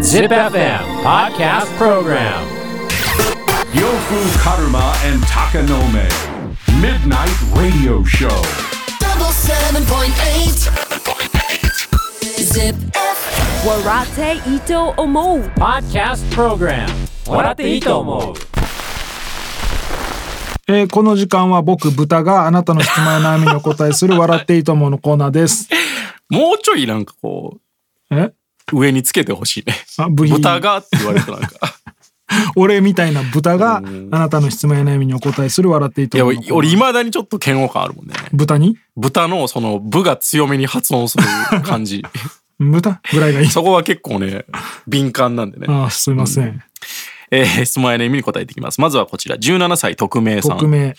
Zip FM Podcast Program Yofu Karuma and Takanome. Midnight Radio Show. double seven point eight. Zip. Warate Ito Omo. Podcast Program 笑っていいと思うえーこの時間は僕、豚があなたの質問や悩みにお答えする笑っていいと思うのコーナーです。 もうちょいなんかこえう、上につけてほしいね。あ部品豚がって言われるとなん か。俺みたいな豚があなたの質問や悩みにお答えする笑っていいいとや、思う俺のコーナー。俺未だにちょっと嫌悪感あるもんね。豚に豚のその、部が強めに発音する 感じ。豚ぐらいがいい。 そこは結構ね、敏感なんでね。あーすいません。えー、質問や悩みに答えていきます。まずはこちら、17歳匿名さん。匿名。えー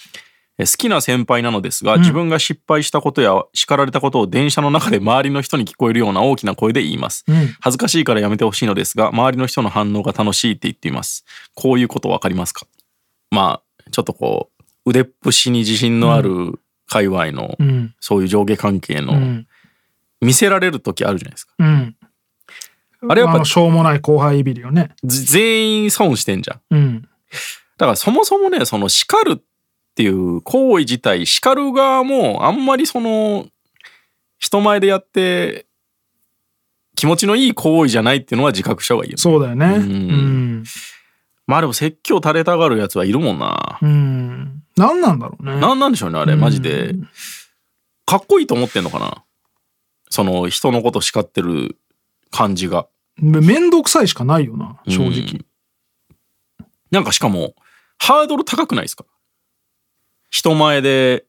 好きな先輩なのですが、自分が失敗したことや叱られたことを電車の中で周りの人に聞こえるような大きな声で言います、ん恥ずかしいからやめてほしいのですが周りの人の反応が楽しいって言っていますこういうことわかりますかまあちょっとこう腕っぷしに自信のある界隈の、うん。そういう上下関係うのん。見せられる時あるじゃないですか、うん。あれやっあぱのしょうもない後輩いびりよね。ぜ全員損してんじゃんうん。だからそもそもね、その叱るっていう行為自体、叱る側もあんまりその、人前でやって、気持ちのいい行為じゃないっていうのは自覚した方がいいよね。そうだよね。んまあでも説教垂れたがるやつはいるもんなうん。う。ん。何なんだろうね。なんなんでしょうね、あれ、マジで。かっこいいと思ってんのかなその人のこと叱ってる感じが。めめんどくさいしかないよな、正直うん。なんかしかも、ハードル高くないですか人前で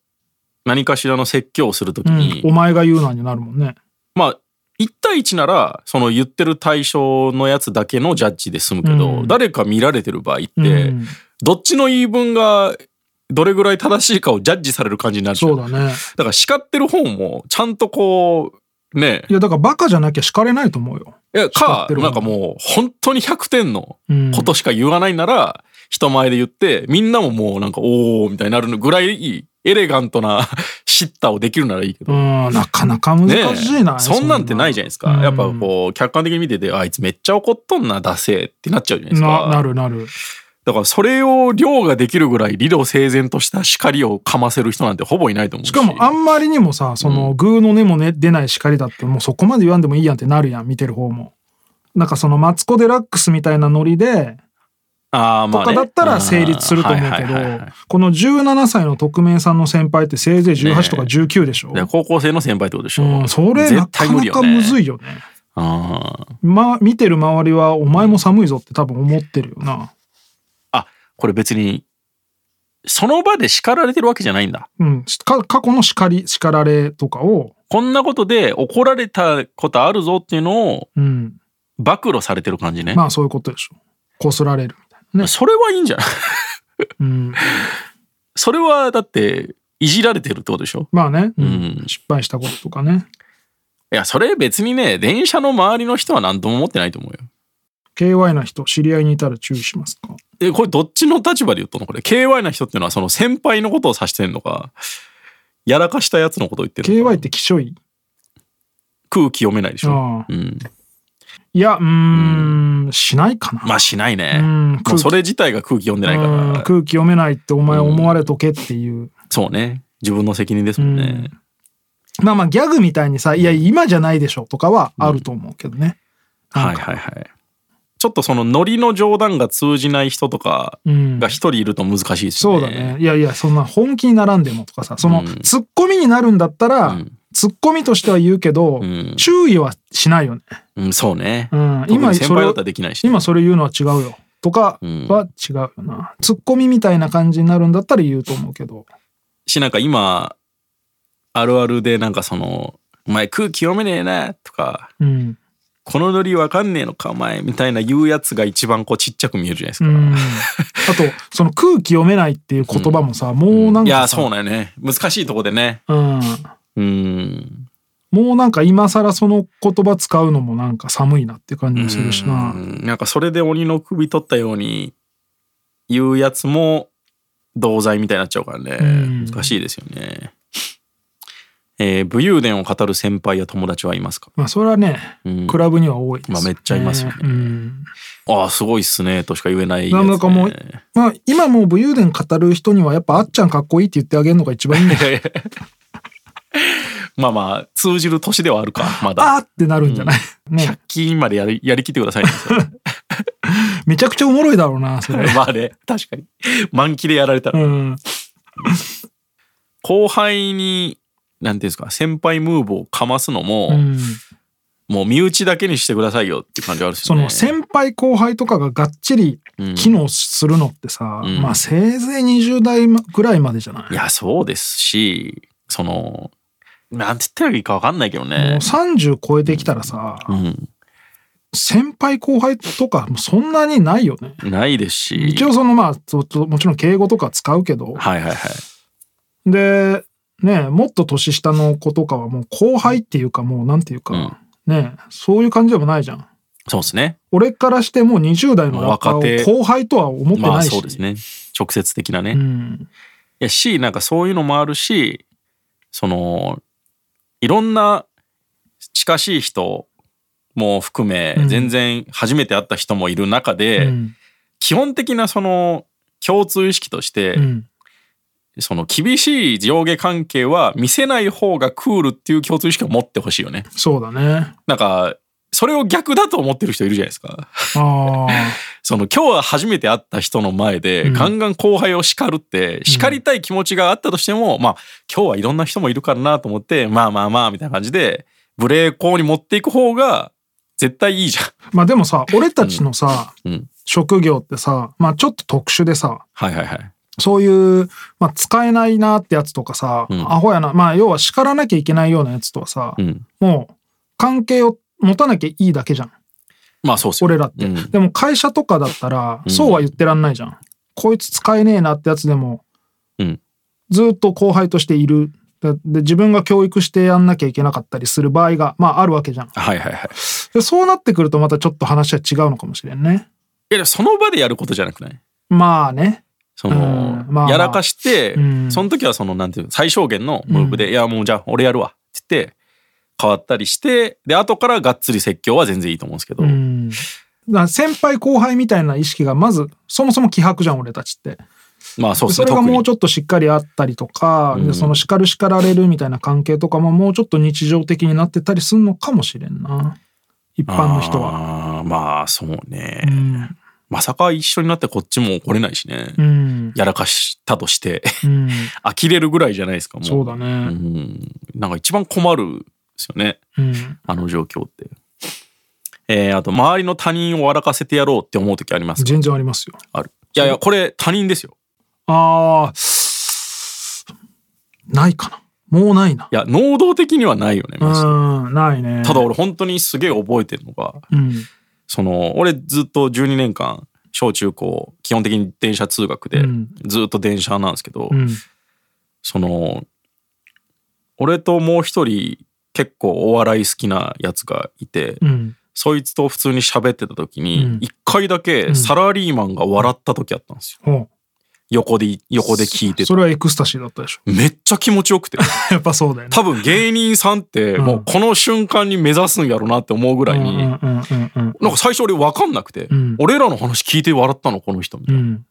何かしらの説教をするときに、うんお前が言うなんになるもんね。まあ、1対1なら、その言ってる対象のやつだけのジャッジで済むけど、うん誰か見られてる場合って、うん、どっちの言い分が、どれぐらい正しいかをジャッジされる感じになるじゃんそうだね。だから叱ってる方も、ちゃんとこう、ねいや、だからバカじゃなきゃ叱れないと思うよ。いや叱かっ、てる方なんかもう、本当に100点のうんことしか言わないなら、人前で言って、みんなももうなんか、おー、みたいになるぐらい、エレガントな 叱咤をできるならいいけうど。ん、なかなか難ねえしいな。そんなんてないじゃないですか。うんやっぱこう、客観的に見てて、あいつめっちゃ怒っとんな、ダセーってなっちゃうじゃないですななか。るなる。だからそれを量ができるぐらい理路整然とした叱りをかませる人なんてほぼいないと思うし。しかもあんまりにもさ、その、グーの根もね、出ない叱りだって、もうそこまで言わんでもいいやんってなるやん、見てる方も。なんかその、マツコ・デラックスみたいなノリで、あーとまあかねだったら成立すると思うあけーはいはいはいはいど、この17歳の匿名さんの先輩ってせいぜい18とか19でしょ。いや高校生の先輩ってことでしょ。うん、それな絶か対無理なよかね。むずいよね。あーまあ、見てる周りは、お前も寒いぞって多分思ってるよな。あ、これ別に、その場で叱られてるわけじゃないんだ。うん、か過去の叱り叱られとかを、こんなことで怒られたことあるぞっていうのをうん、暴露されてる感じね。まあそういうことでしょこすられるみたいなね、それはいいんじゃ ないうん、それはだって、いじられてるってことでしょまあね、うんうん失敗したこととかねいや、それ別にね、電車の周りの人は何とも思ってないと思うよ。 KY な人知り合いにいたら注意しますかえ、これどっちの立場で言ったのこれ。KY な人っていうのはその先輩のことを指してんのか、やらかしたやつのことを言ってるのか KY ってきしょい空気読めないでしょ。ああうん。いやうーんしないかな、まあしないね。うんもうそれ自体が空気読んでないかうんら。空気読めないってお前思われとけっていう、そうね。自分の責任ですもんね。まあまあギャグみたいにさ「いや今じゃないでしょ」とかはあると思うけどね、はいはいはい。ちょっとそのノリの冗談が通じない人とかうんが一人いると難しいですそよね。うだね。いやいや、そんな本気にならんでもとかさ、その、ツッコミになるんだったら、んツッコミとしては言うけど、ん注意はしないよね。うん、そうね。うん特に今先それ輩だったらできないし、今それ言うのは違うよ。とかは違うよな。ツッコミみたいな感じになるんだったら言うと思うけど。し、なんか今、あるあるでなんかその、お前空気読めねえなとか、うん。このノリわかんねえのかお前みたいな言うやつが一番こうちっちゃく見えるじゃないですうか。 ん、あと、その空気読めないっていう言葉もさ、もうなんいかや、さ、そうなんよね。難しいとこでね。うん。うん。もうなんか今更その言葉使うのもなんか寒いなって感じもするしな。うんなんかそれで鬼の首取ったように言うやつも同罪みたいになっちゃうからね、うん難しいですよね。えー武勇伝を語る先輩や友達はいますかまあそれはね、んクラブには多いです、まあめっちゃいますよねうんああ、すごいっすね、としか言えないやつね、なんだかもう、まあ今もう武勇伝語る人にはやっぱあっちゃんかっこいいって言ってあげるのが一番いいんだよ まあまあ、通じる年ではあるか、まあー だ。ってなるんじゃない、ね100期までやりやりきってくださいね。それめちゃくちゃおもろいだろうなそ れまあね、確かに。満期でやられたうら。ん後輩に、なんていうんですか、先輩ムーブをかますのも、うんもう身内だけにしてくださいよっていう感じはあるっすそよね。の先輩後輩とかががっちり機能するのってさ、うんまあせいぜい20代ぐらいまでじゃないいや、そうですし、その、なんて言ったらいいかわかんないけどもうね。 30超えてきたらさ、うん。先輩後輩とかもそんなにないよね。ないですし。一応そのまあそそもちろん敬語とか使うけどはいはいはい。でねもっと年下の子とかはもう後輩っていうかもうなんていうか、うんねそういう感じでもないじゃん。そうですね。俺からしてもう20代のラッパー若手を後輩とは思ってまなあいし、そうですね。直接的なね。ういんや、し、なんかそういうのもあるし、その、いろんな近しい人も含め、うん全然初めて会った人もいる中で、うん基本的なその共通意識として、うんその厳しい上下関係は見せない方がクールっていう共通意識を持ってほしいよね。そうだね。なんか、それを逆だと思ってる人いるじゃないですか。ああその今日は初めて会った人の前で、うんガンガン後輩を叱るって、叱りたい気持ちがあったとしても、まあ今日はいろんな人もいるからなと思って、まあまあまあみたいな感じで、無礼講に持っていく方が絶対いいじゃん。 まあでもさ俺たちのさ、うん。職業ってさまあちょっと特殊でさ、はいはいはい。そういう、まあ、使えないなってやつとかさ、うんアホやな、まあ、要は叱らなきゃいけないようなやつとはさ、うん。もう関係を持たなきゃいいだけじゃん、まあそうっすよ。俺らって。うんでも会社とかだったら、んそうは言ってらんないじゃん。こいつ使えねえなってやつでも、うんずっと後輩としている。でで自分が教育してやんなきゃいけなかったりする場合が、まああるわけじゃん。はいはいはい。でそうなってくるとまたちょっと話は違うのかもしれんね。いやでもその場でやることじゃなくないまあね。その、うんまあやらかして、うんその時はその、なんていうの、最小限のムーブで、いや、もうじゃあ俺やるわって言って、変わったりして、で、後からがっつり説教は全然いいと思うんですけど、うん。だから先輩後輩みたいな意識がまずそもそも希薄じゃん俺たちって。まあそうですそね、れが特にもう。ちょっとしっかりあったりとか、うでんその叱る叱られるみたいな関係とかももうちょっと日常的になってたりするのかもしれんな一般の人は。は。まあそうね、うんまさか一緒になってこっちも怒れないしね。うんやらかしたとして、 うん、呆れるぐらいじゃないですか、もう。そうだうね、ん。なんか一番困るですよね。うん、あの状況って。えー、あと、周りの他人を笑かせてやろうって思う時ありますか全然ありますよ。ある。いやいや、これ他人ですよ。あーないかなもうないな。いや、能動的にはないよね、マジでうんないね。ただ俺本当にすげえ覚えてるのが、うんその、俺ずっと12年間、小中高、基本的に電車通学でうん、ずっと電車なんですけど、うんその、俺ともう一人結構お笑い好きなやつがいて、うんそいつと普通に喋ってた時うんに、一回だけサラリーマンが笑った時あったんですよ。ほ横で、横で聞いうててそ。れはエクスタシーだったでしょ。めっちゃ気持ちよくて。やっぱそうだよね。多分芸人さんってんもうこの瞬間に目指すんやろなって思うぐらいに、うんうんうんうんなんか最初俺分かんなくて、ん俺らの話聞いて笑ったのこの人みたういな。だんか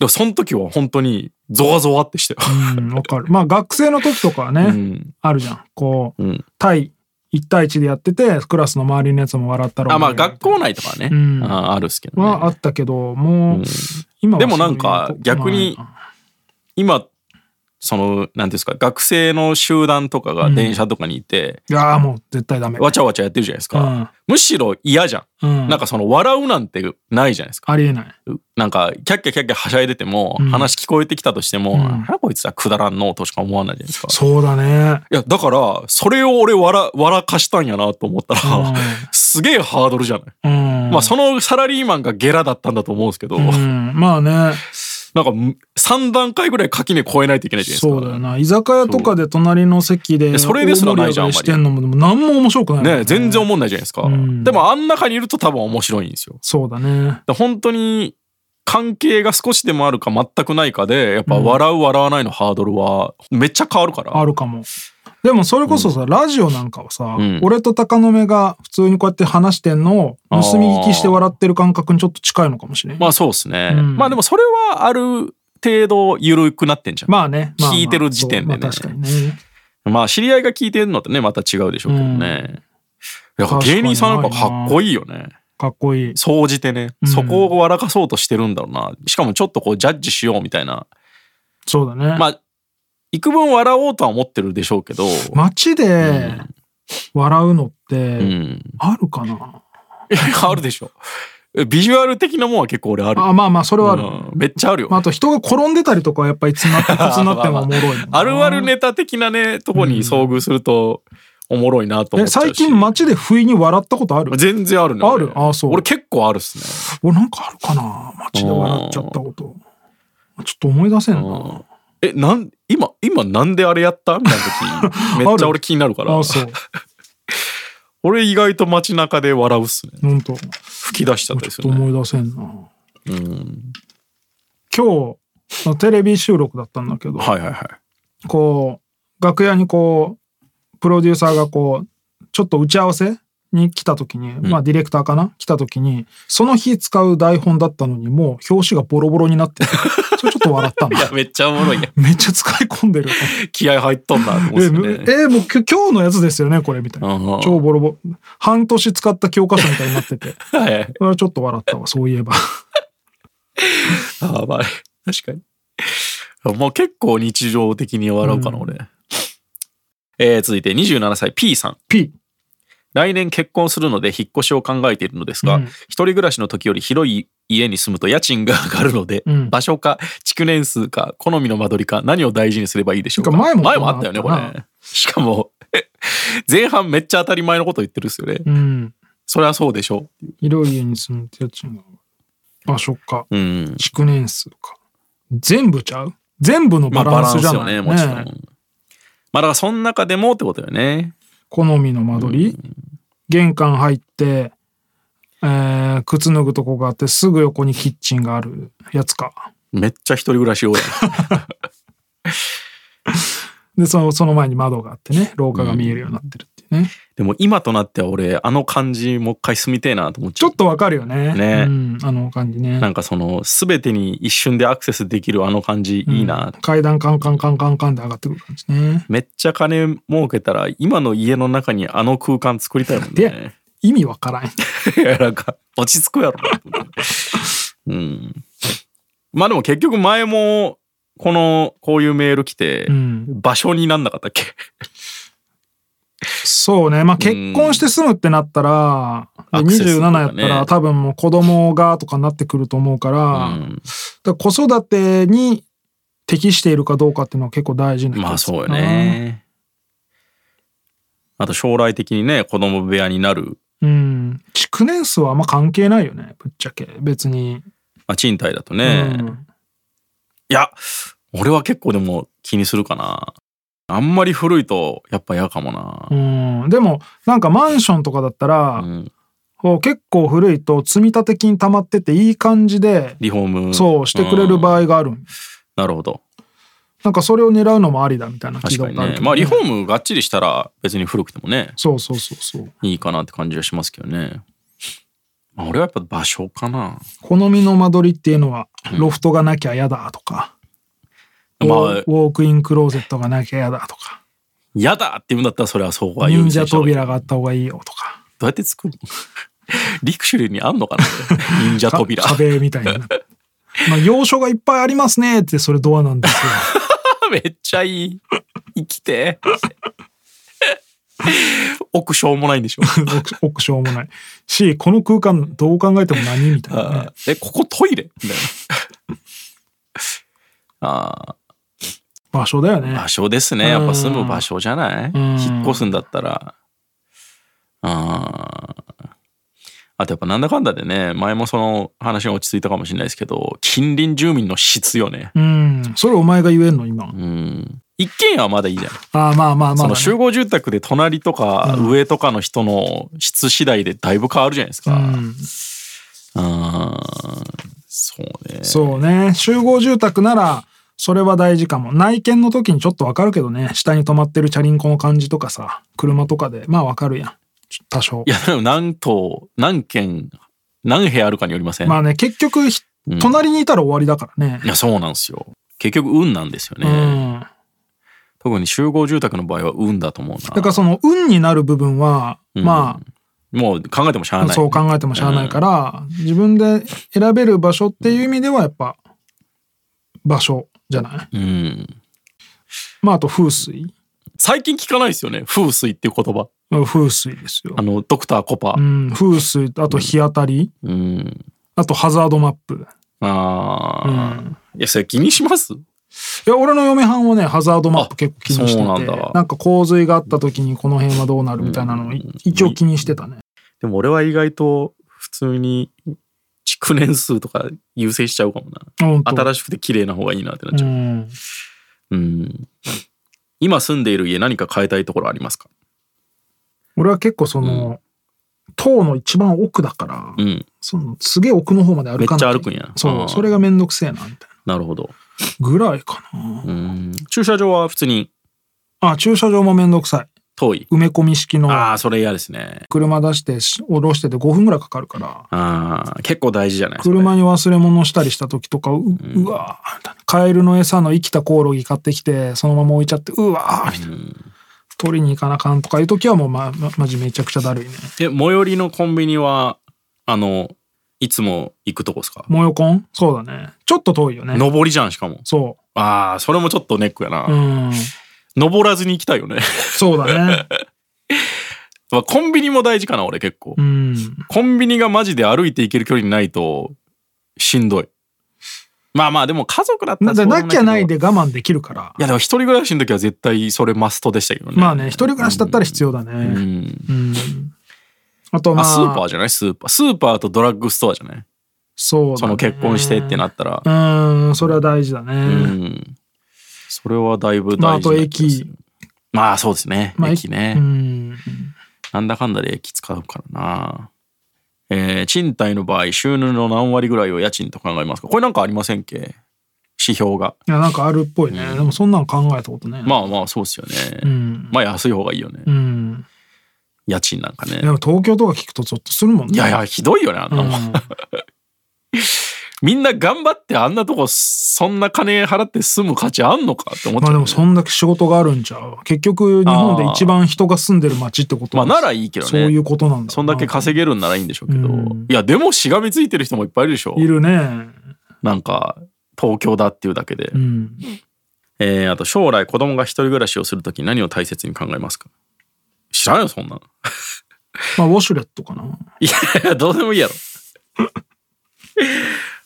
らその時は本当にゾワゾワってして。うんわかる。まあ学生の時とかはね、うん。あるじゃん。こう、うん対1対1でやってて、クラスの周りのやつも笑ったらあ、まあ面白い学校内とかね、うんああるっすけどはあね。ったけど、もう、うん今はでもなんかそういうこと逆にないな今、その、なんていうんですか、学生の集団とかが電車とかにいて、いやーもう絶対ダメ。わちゃわちゃやってるじゃないですか。うんむしろ嫌じゃん。うんなんかその笑うなんてないじゃないですか。ありえない。なんか、キャッキャキャッキャはしゃいでても、ん話聞こえてきたとしても、んなんだこいつはくだらんのとしか思わないじゃないですか。そうだね。いや、だから、それを俺笑、笑かしたんやなと思ったら、うんすげえハードルじゃない、うん。まあ、そのサラリーマンがゲラだったんだと思うんですけど、うん、まあね、なんか、3段階ぐらい垣根超えないといけないじゃないですか。そうだよな。居酒屋とかで隣の席で、でそれですらないじゃん大盛り上がりしてんのも、でも何も面白くないもんね、全然思んないじゃないですか。んでも、あん中にいると多分面白いんですよ。そうだね。で本当に、関係が少しでもあるか全くないかで、やっぱ笑う笑わないのハードルはめっちゃ変わるから。あるかも。でもそれこそさ、ラジオなんかはさ、うん俺と鷹の目が普通にこうやって話してんのを盗み聞きして笑ってる感覚にちょっと近いのかもしれん。ままあそうですね、うんまあでもそれはある程度緩くなってんじゃん、あね、まあまあ聞いてる時点でねまあ確かにね。まあ知り合いが聞いてるのとねまた違うでしょうけどね、やっぱ芸人さんやっぱかっこいいよねかっこいい。総じてね、そこを笑かそうとしてるんだろうなしかもちょっとこうジャッジしようみたいなそうだね。まあ幾分笑おうとは思ってるでしょうけど、街で笑うのってうん、あるかな、いやあるでしょビジュアル的なもんは結構俺あるあまあまあそれはある。うんめっちゃあるよ、まあ、あと人が転んでたりとかはやっぱりつ なってくつなってもおもろいもんなあるあるネタ的なねとこに遭遇するとおもろいなと思えっちゃうし最近街で不意に笑ったことある全然あるね俺あるあそう俺結構あるっすね俺なんかあるかな街で笑っちゃったことちょっと思い出せんなえなん今今なんであれやったみたいな 時めっちゃ俺気になるからあそう俺意外と街中で笑うっすね本 当ち吹き出しちゃょっったりすとるね思い出せんなうん今日テレビ収録だったんだけどはいはいはいこう楽屋にこうプロデューサーがこうちょっと打ち合わせに来た時に、まあディレクターかな来た時にその日使う台本だったのにもう表紙がボロボロにな っててそれちょっと笑ったのいやめっちゃおもろいやんめっちゃ使い込んでる気合入っとんなと思えうんですよねえもうき今日のやつですよねこれみたいうんうなん超ボロボロ半年使った教科書みたいになっててはいはいそれはちょっと笑ったわそういえばあまあ確かにもう結構日常的に笑うかな、うん俺えー続いて27歳 P さん P 来年結婚するので引っ越しを考えているのですが、うん一人暮らしの時より広い家に住むと家賃が上がるので、うん場所か築年数か好みの間取りか何を大事にすればいいでしょうかなんか前もあったよねここんなのあったれしかも 前半めっちゃ当たり前のこと言ってるっすよね、うんそれはそうでしょ広い家に住むってやつの場所かう、うん、築年数か全部ちゃう全部のまあババランスランじスゃよない、ねもちろん、ねまあだからその中でもってことよね好みの間取り、玄関入って、えー靴脱ぐとこがあってすぐ横にキッチンがあるやつかめっちゃ一人暮らし多い。 でそのその前に窓があってね廊下が見えるようになってるっていうね、でも今となっては俺、あの感じもう一回住みてえなと思っちちゃょうっ。とわかるよねねうん、あの感じねなんかその、すべてに一瞬でアクセスできるあの感じいいな。階段カンカンカンカンカンで上がってくる感じねめっちゃ金儲けたら、今の家の中にあの空間作りたいもんねで。意味わからんいや、なんか、落ち着くやろなと思って。うん。まあでも結局前も、この、こ ういうメール来て、うん場所になんなかったっけそうねまあ結婚して住むってなったら、うんでアクセスとかね27やったら、多分もう子供がとかになってくると思うから、うんだから子育てに適しているかどうかっていうのは結構大事な気まあがすそるうよなね。あと将来的にね、子供部屋になる、うん築年数はあんま関係ないよねぶっちゃけ別に、まあ、賃貸だとね、ういんや、俺は結構でも気にするかな。あんまり古いとやっぱ嫌かもな。うんでもなんかマンションとかだったら、うんこう結構古いと積立金溜まってていい感じで、リフォーム。そうしてくれる合。場合がある、なるほど。なんかそれを狙うのもありだみたいな聞確いたこかにとあるね。けどね、まあリフォームがっちりしたら別に古くてもね、そうそうそうそういいかなって感じはしますけどね。まあ、俺はやっぱ場所かな。好みの間取りっていうのはロフトがなきゃ嫌だとか、まウォあー、ウォークインクローゼットがなきゃ嫌だとか嫌だって言うんだったらそれはそうは言う忍でしょ者うけど扉があった方がいいよとかどうやって作るのリクシュルにあんのかな忍者か扉。壁みたいな。 まあ、要所がいっぱいありますねってそれドアなんですよ。 めっちゃいい。生きて。奥しょうもないんで しょ。奥奥しょうもない。し、この空間どう考えても何みたいな、ね。え、ここトイレみたいな。あ場所だよあ、ね場。所ですね。やっぱ住む場所じゃないん引っ越すんだったら。ああ。あとやっぱなんだかんだでね、前もその話が落ち着いたかもしれないですけど、近隣住民の質よね。うん。それお前が言えんの今。うん。一軒家はまだいいじゃん。ああ、まあまあまそあ、の集合住宅で隣とか上とかの人の質次第でだいぶ変わるじゃないですか。うん。あーそうね。そうね。集合住宅なら、それは大事かも。内見の時にちょっとわかるけどね。下に止まってるチャリンコの感じとかさ、車とかで、まあわかるやん。ちょ多少い。や、でも何棟、何件、何部屋あるかによりません。まあね、結局ひ、ん隣にいたら終わりだからねい。や、そうなんですよ。結局、運なんですよね。うん。特に集合住宅の場合は運だと思うな。だからその、運になる部分は、まもう考えてもしゃああ、ない。そう考えてもしゃあないから、自分で選べる場所っていう意味では、やっぱ、場所じゃないうん。まあ、あと風水。最近聞かないですよね。風水っていう言葉。うん風水ですよあ。の、ドクターコパう。ん、風水と、あと日当たり、うん。あとハザードマップ。あうあ、ん。いや、それ気にしますいや、俺の嫁はんはね、ハザードマップ結構気にしてて、あそうななんだんか洪水があった時にこの辺はどうなるみたいなのをい一応気にしてたね。でも俺は意外と普通に築年数とか優先しちゃうかもな。本当新しくて綺麗な方がいいなってなっうちゃう。ん。うん。今住んでいる家何か変えたいところありますか俺は結構その、塔の一番奥だから、うん。そのすげえ奥の方まで歩かなきゃめっちゃ歩くんやそあーう、それがめんどくせえな、みたいなるほど。な。ぐらいかな。うん。駐車場は普通にあ、駐車場もめんどくさ遠い。い。埋め込み式のああ、それ嫌ですね。車出してし、下ろしてて5分ぐらいかかるから、ああ、結構大事じゃない車に忘れ物したりした時とかう,、うわーみたいなカエルの餌の生きたコオロギ買ってきてそのまま置いちゃってうわーみたいな、取りに行かなあかんとかいう時はもうままマジめちゃくちゃだるいねそれで、最寄りのコンビニは、あの、いつも行くとこですかモヨコンそうだねちょっと遠いよね上りじゃん、しかも。そああ、それもちょっとネックやううな。ん上らずに行きたいよね。そうだ ねまあコンビニも大事かな、俺結構う。んコンビニがマジで歩いて行ける距離にないと、しんどい。まあまあ、でも家族だったらなそうもなきゃないけどで。我慢できるからいや、でも一人暮らしの時は絶対それマストでしたけどね。まあね一人暮らしだったら必要だねううん、ん。あとまあ、あスーパーじゃないスーパー。スーパーとドラッグストアじゃないそうだ、ね、その結婚してってなったら。うんそれは大事だね、うん。それはだいぶ大事まああとな気がする駅。まあそうですね。まあ駅ね、うんなんだかんだで駅使うからな。えー賃貸の場合、収入の何割ぐらいを家賃と考えますかこれなんかありませんっけ指標が。いやなんかあるっぽいね、でもそんなの考えたことねまあまあ、そうですよね。うんまあ安い方がいいよね。うん家賃なんかねで。も東京とか聞くとゾッとするもんねいやいや、ひどいよね、あんうなもん。ん、みんな頑張ってあんなとこ、そんな金払って住む価値あんのかって思っちまあゃでうよね、もそんだけ仕事があるんちゃう結局日本で一番人が住んでる街ってことまあならいいいけどね。そういうことなんだそんだけ稼げるんならいいんでしょうけど、うんいやでもしがみついてる人もいっぱいいるでしょいるねなんか東京だっていうだけで、うんえーあと将来子供が一人暮らしをするとき何を大切に考えますか知らんよそんなのまあウォシュレットかないやいや どうでもいいやろ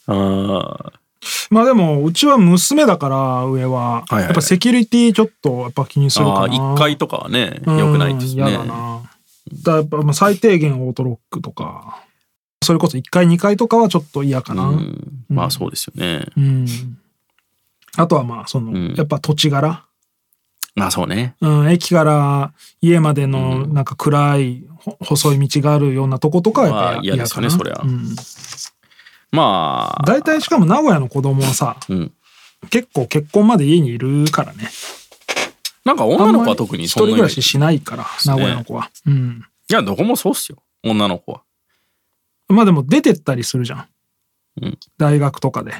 あまあでもうちは娘だから上は、いはいはいやっぱセキュリティちょっとやっぱ気にするーかあな1階とかはね良くないですうんね嫌だなだやっぱまあ最低限オートロックとかそれこそ1階2階とかはちょっと嫌かな、うんまあそうですよね、うんあとはまあその、んやっぱ土地柄、まあそうねうん、駅から家までのなんか暗い、ほ細い道があるようなとことかはやっまあぱ嫌ですよねそりゃうんまあ大体しかも名古屋の子供はさうん結構結婚まで家にいるからねなんかあ女んまの子りは特に一そ人ん暮なイメーらしジしないから名古屋の子は、うんいやどこもそうっすよ女の子はまあでも出てったりするじゃん、うん大学とかで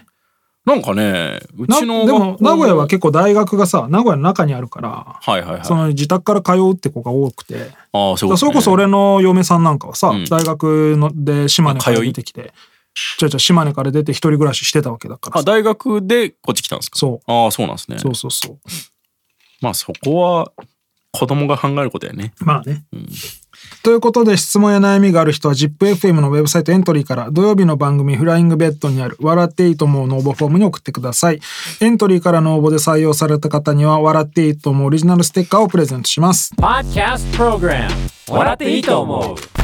なんかねうなちでのも学校名古屋は結構大学がさ名古屋の中にあるからはいはいはいその自宅から通うって子が多くて、ああ、そういだかうらそれこそね俺の嫁さんなんかはさ、うん大学ので島根から通い出てきて違う違う島根から出て一人暮らししてたわけだからあ、さ大学でこっち来たんですかそああ、そうなんですねう。そうそうそうまあそこは子供が考えることやね。まあね、ということで質問や悩みがある人は ZIPFM のウェブサイトエントリーから土曜日の番組「フライングベッド」にある「笑っていいと思う」の応募フォームに送ってくださいエントリーからの応募で採用された方には「笑っていいと思う」オリジナルステッカーをプレゼントします Podcast Program 笑っていいと思う